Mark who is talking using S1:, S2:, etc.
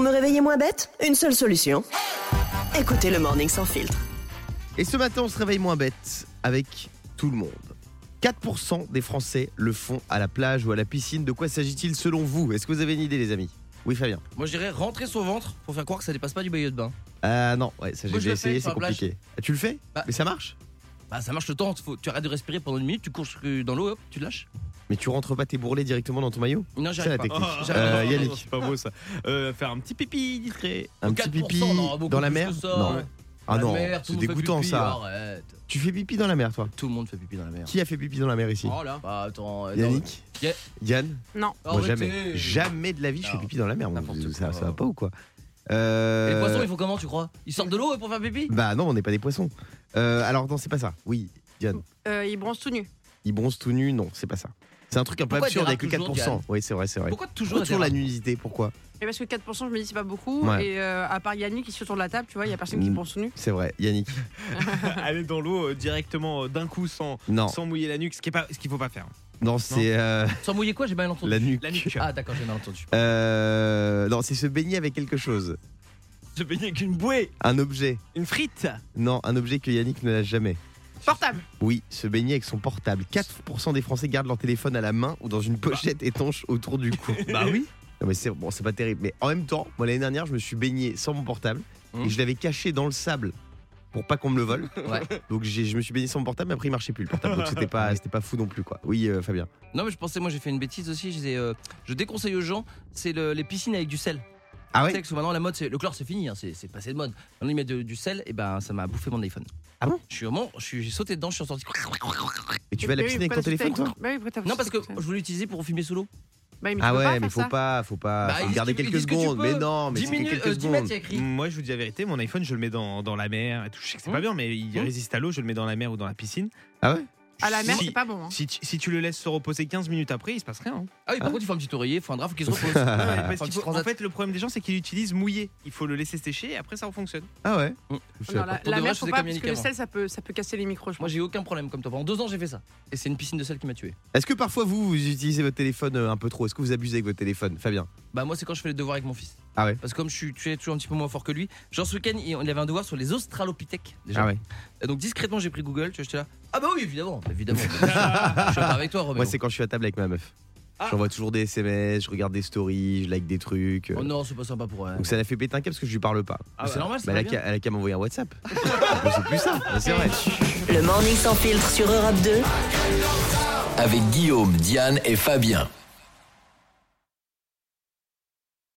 S1: me réveiller moins bête Une seule solution. Écoutez le Morning Sans Filtre.
S2: Et ce matin, on se réveille moins bête avec tout le monde. 4% des Français le font à la plage ou à la piscine. De quoi s'agit-il selon vous Est-ce que vous avez une idée, les amis Oui, Fabien.
S3: Moi, je dirais rentrer son ventre pour faire croire que ça dépasse pas du maillot de bain.
S2: Ah non, ouais, ça j'ai
S3: Moi, je
S2: déjà
S3: le fais
S2: essayé,
S3: sur
S2: c'est
S3: la plage.
S2: compliqué. Ah, tu le fais
S3: Bah.
S2: Mais ça marche
S3: Bah, ça marche le temps. Faut, tu arrêtes de respirer pendant une minute, tu cours jusque dans l'eau, hop, tu te lâches.
S2: Mais tu rentres pas tes bourrelets directement dans ton maillot
S3: Non,
S2: C'est la
S3: j'arrive pas.
S2: technique.
S3: Oh, j'arrive
S2: Euh,
S3: pas.
S2: Yannick,
S4: C'est pas beau ça. Euh, faire un petit pipi discret.
S2: un petit
S3: 4%,
S2: pipi
S3: non, beaucoup
S2: dans la
S3: plus
S2: mer
S3: que ça,
S2: Non.
S3: ouais.
S2: Ah
S3: La
S2: non,
S3: mer, tout
S2: c'est
S3: le monde fait
S2: dégoûtant
S3: pipi,
S2: ça.
S3: arrête.
S2: Tu fais pipi dans la mer, toi
S3: Tout le monde fait pipi dans la mer.
S2: Qui a fait pipi dans la mer ici
S3: Oh là. Bah, attends. euh, non.
S2: Yannick
S3: Yeah.
S2: Yann Moi, jamais.
S3: Arrêtez.
S2: Jamais de la vie, je fais
S3: Non.
S2: pipi dans la mer. mon
S3: N'importe
S2: Dieu,
S3: quoi.
S2: Ça, ça va pas ou quoi
S3: Et
S2: Euh,
S3: Les poissons, ils font comment, tu crois Ils sortent de l'eau euh, pour faire pipi
S2: Bah non, on n'est pas des poissons. Euh, alors non, c'est pas ça. Oui, Yann.
S5: Euh, il bronze tout nu.
S2: Ils bronzent tout nus, non, c'est pas ça. C'est un truc un peu
S3: Pourquoi
S2: absurde
S3: dire
S2: avec le
S3: toujours,
S2: 4%.
S3: Yann
S2: Oui, c'est vrai, c'est vrai.
S3: Pourquoi toujours
S2: Pourquoi toujours
S3: la
S2: la nudité, pourquoi
S5: Et parce que 4%, je me dis, c'est pas beaucoup.
S2: Ouais.
S5: Et euh, à part Yannick qui se tourne la table, tu vois, il y a personne qui
S2: Mm.
S5: bronze tout nu.
S2: C'est vrai, Yannick.
S4: Aller dans l'eau euh, directement euh, d'un coup sans,
S2: Non,
S4: sans mouiller la nuque, ce qui est pas ce qu'il faut pas faire.
S2: non, c'est euh,
S3: Sans mouiller quoi J'ai mal entendu.
S2: la nuque.
S4: La nuque.
S3: Ah, d'accord, j'ai mal entendu.
S2: Euh, non, c'est se baigner avec quelque chose.
S4: Se baigner avec une bouée,
S2: Un objet.
S4: une frite.
S2: Non, un objet que Yannick ne lâche jamais.
S5: Portable
S2: Oui, se baigner avec son portable. 4% des Français gardent leur téléphone à la main ou dans une pochette étanche autour du cou.
S3: Bah oui.
S2: Non mais c'est bon, c'est pas terrible. Mais en même temps, moi l'année dernière, je me suis baigné sans mon portable
S3: Hmm.
S2: et je l'avais caché dans le sable pour pas qu'on me le vole.
S3: Ouais.
S2: Donc j'ai- je me suis baigné sans mon portable, mais après il marchait plus le portable. Donc c'était pas, c'était pas fou non plus quoi. Oui, euh, Fabien.
S3: Non, mais je pensais, moi j'ai fait une bêtise aussi. Je, disais, euh, je déconseille aux gens, c'est le- les piscines avec du sel.
S2: Ah
S3: Tu sais
S2: ouais
S3: que maintenant la mode, c'est le chlore, c'est fini, hein, c'est c'est passé de mode. Maintenant ils mettent de- du sel, et ben ça m'a bouffé mon iPhone.
S2: Ah bon
S3: Je suis vraiment, je suis j'ai sauté dedans, je suis sorti.
S2: Et tu vas à la piscine avec ton téléphone toi
S5: Bah oui, pourquoi t'as
S3: Non parce que
S5: comme ça
S3: je voulais l'utiliser pour fumer sous l'eau.
S5: Bah oui, mais tu
S2: Ah
S5: peux pas
S2: ouais,
S5: faire
S2: mais faut
S5: ça.
S2: pas, faut pas.
S3: Bah,
S2: faut
S3: ils disent
S2: garder
S3: que- ils
S2: quelques
S3: disent que tu
S2: secondes. Mais
S3: peux.
S2: non, mais
S3: 10
S2: c'est que
S3: minutes,
S2: quelques
S3: euh, 10
S2: secondes. Mm.
S3: mètres, il y a écrit.
S4: Moi, je vous dis la vérité, mon iPhone, je le mets dans, dans la mer et tout. Je sais que c'est
S3: Mmh.
S4: pas bien, mais il
S3: Mmh.
S4: résiste à l'eau, je le mets dans la mer ou dans la piscine.
S2: Ah ouais
S5: À la mer,
S4: Si-
S5: c'est pas bon. hein.
S4: si, tu- si tu le laisses se reposer 15 minutes après, il se passe rien. hein.
S3: Ah oui, par contre il faut un petit oreiller, faut un drap, faut qu'il se repose.
S2: Ah,
S3: un
S4: Ouais, parce qu'il
S3: petit
S4: faut- en
S3: transat.
S4: fait, le problème des gens, c'est qu'ils l'utilisent mouillé. Il faut le laisser sécher et après, ça fonctionne.
S2: Ah ouais.
S3: Hmm.
S2: Je sais
S5: Non,
S2: pas.
S3: Pour
S5: la, la
S3: de vrai,
S5: mer,
S3: je
S5: faut
S3: faisais
S5: pas,
S3: comme
S5: parce
S3: Yannick
S5: que le
S3: avant.
S5: sel, ça peut, ça peut casser les micros, je
S3: Moi
S5: pense.
S3: j'ai eu aucun problème comme toi. Pendant deux ans j'ai fait ça. Et c'est une piscine de sel qui m'a tué.
S2: Est-ce que parfois vous, vous utilisez votre téléphone euh, un peu trop Est-ce que vous abusez avec votre téléphone, Fabien
S3: Bah moi c'est quand je fais les devoirs avec mon fils.
S2: Ah ouais.
S3: Parce que comme je suis tu es toujours un petit peu moins fort que lui, genre ce week-end il il avait un devoir sur les australopithèques déjà.
S2: Ah ouais.
S3: Et donc discrètement j'ai pris Google, tu vois j'étais là. Ah bah oui évidemment, évidemment. je suis pas avec toi Robert.
S2: Moi, c'est quand je suis à table avec ma meuf.
S4: Ah.
S2: J'envoie toujours des SMS, je regarde des stories, je like des trucs. euh.
S3: Oh non c'est pas sympa pour elle. Ah
S2: Donc ça l'a fait péter un câble parce que je lui parle pas.
S3: Mais c'est normal, c'est
S2: Bah, elle,
S3: pas
S2: a
S3: bien. Eh,
S2: qu'à, elle a qu'à m'envoyer un WhatsApp. Mais c'est plus simple, mais c'est vrai.
S1: Le Morning Sans Filtre sur Europe 2.
S6: Avec Guillaume, Diane et Fabien.